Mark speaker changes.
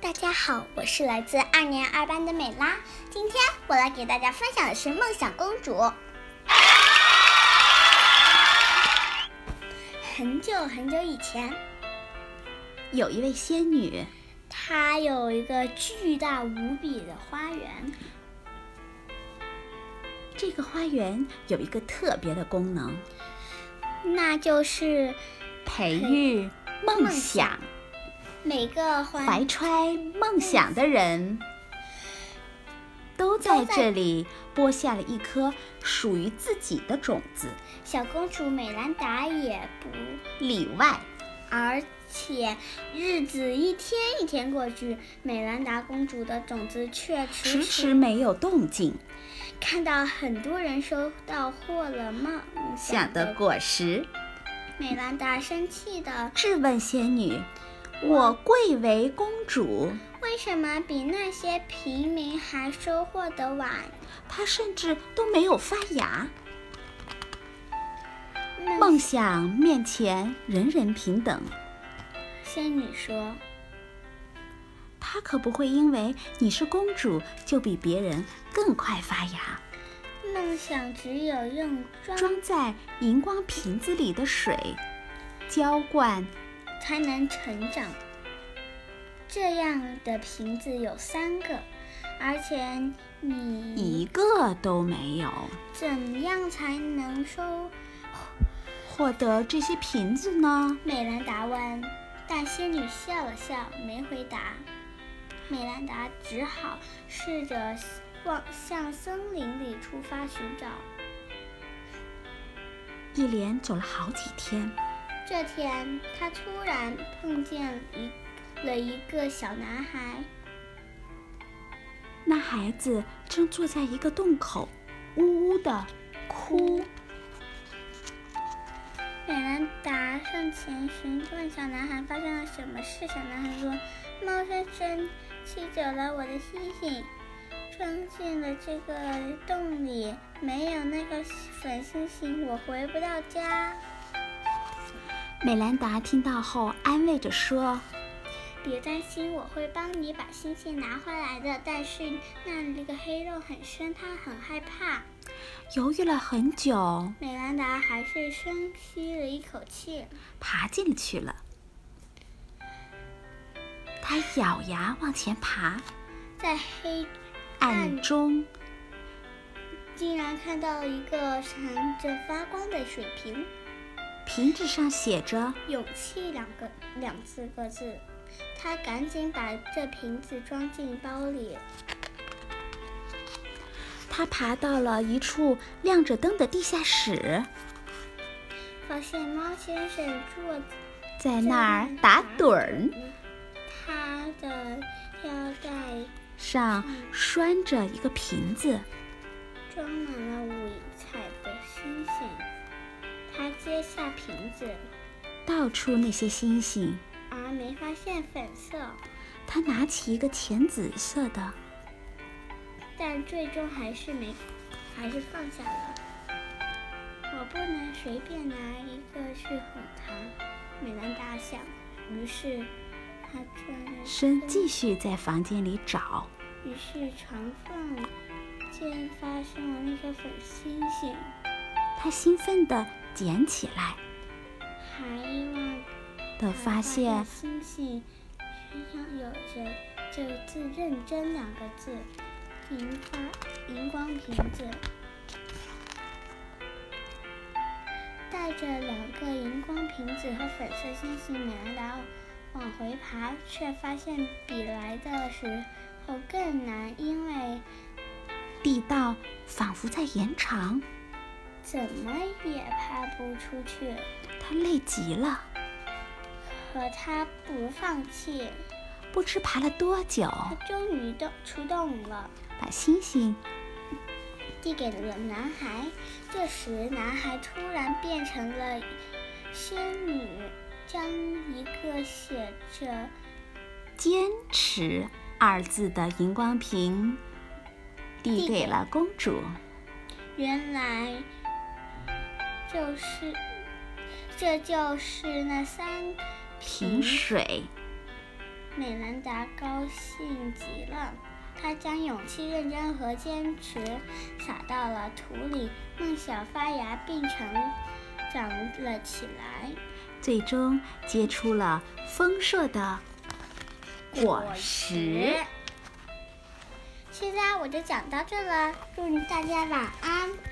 Speaker 1: 大家好，我是来自二年二班的美拉。今天我来给大家分享的是《梦想公主》。很久很久以前，
Speaker 2: 有一位仙女，
Speaker 1: 它有一个巨大无比的花园，
Speaker 2: 这个花园有一个特别的功能，
Speaker 1: 那就是
Speaker 2: 培育梦想、
Speaker 1: 每个环
Speaker 2: 怀揣梦想的人，都在这里播下了一颗属于自己的种子。
Speaker 1: 小公主美兰达也不
Speaker 2: 里外，
Speaker 1: 而且日子一天一天过去，美兰达公主的种子却迟
Speaker 2: 迟
Speaker 1: 迟
Speaker 2: 迟没有动静，
Speaker 1: 看到很多人收到获了嗯梦
Speaker 2: 想的果实。
Speaker 1: 美兰达生气的，
Speaker 2: 质问仙女：“我贵为公主。
Speaker 1: 为什么比那些平民还收获的晚？”
Speaker 2: 她甚至都没有发芽。
Speaker 1: 那
Speaker 2: 梦想面前人人平等，
Speaker 1: 仙女说
Speaker 2: 她可不会因为你是公主就比别人更快发芽。：“
Speaker 1: 梦想只有用装
Speaker 2: 装在荧光瓶子里的水，浇灌
Speaker 1: 才能成长。”这样的瓶子有三个，而且你
Speaker 2: 一个都没有。
Speaker 1: 怎样才能收？
Speaker 2: 获得这些瓶子呢？
Speaker 1: 美兰达问，但仙女笑了笑，没回答。美兰达只好试着往向森林里出发寻找。
Speaker 2: 一连走了好几天，
Speaker 1: 这天，她突然碰见一了一个小男孩，
Speaker 2: 那孩子正坐在一个洞口，呜呜的哭。
Speaker 1: 美兰达上前询问小男孩发生了什么事。小男孩说：“猫先生吸走了我的星星，撞进了这个洞里，没有那个粉星星，我回不到家。
Speaker 2: 美兰达听到后安慰着说
Speaker 1: 别担心，我会帮你把星星拿回来的。但是那里个黑洞很深，他很害怕。”：“
Speaker 2: 犹豫了很久，
Speaker 1: 美兰达还是深吸了一口气。
Speaker 2: 爬进去了。”她咬牙往前爬，
Speaker 1: 在黑
Speaker 2: 暗中
Speaker 1: 竟然看到一个闪着发光的水瓶，
Speaker 2: 瓶子上写着
Speaker 1: 勇气两个两四个字。他赶紧把这瓶子装进包里。
Speaker 2: 他爬到了一处亮着灯的地下室，
Speaker 1: 发现猫先生坐在
Speaker 2: 在那儿打盹儿，
Speaker 1: 他的腰带
Speaker 2: 上拴着一个瓶子。
Speaker 1: 装满了五彩的星星。他接下瓶子，
Speaker 2: 到处那些星星，
Speaker 1: 而没发现粉色，
Speaker 2: 他拿起一个浅紫色的，
Speaker 1: 但最终还是没，还是放下了。我不能随便拿一个去哄他，美兰达想。于是，他转
Speaker 2: 身继续在房间里找。
Speaker 1: 于是床缝间发生了那颗粉星星，
Speaker 2: 他兴奋地捡起来，
Speaker 1: 还望
Speaker 2: 的
Speaker 1: 啊
Speaker 2: 发现
Speaker 1: 星星身上有着这个字“认真”两个字，银发荧光瓶子，带着两个荧光瓶子和粉色星星，美兰达往回爬，却发现比来的时候更难，因为
Speaker 2: 地道仿佛在延长，
Speaker 1: 怎么也爬不出去。
Speaker 2: 他累极了。
Speaker 1: 可他不放弃，
Speaker 2: 不知爬了多久，
Speaker 1: 他终于动出动了。
Speaker 2: 把星星
Speaker 1: 递给了男孩。这时，男孩突然变成了仙女，将一个写着
Speaker 2: “坚持”二字的荧光瓶递给了公主。
Speaker 1: “原来就是这就是那三
Speaker 2: 瓶水
Speaker 1: 美兰达高兴极了，她将勇气、认真和坚持撒到了土里，梦想发芽并成长了起来。
Speaker 2: 最终结出了丰硕的果实。
Speaker 1: 现在我就讲到这了，祝大家晚安。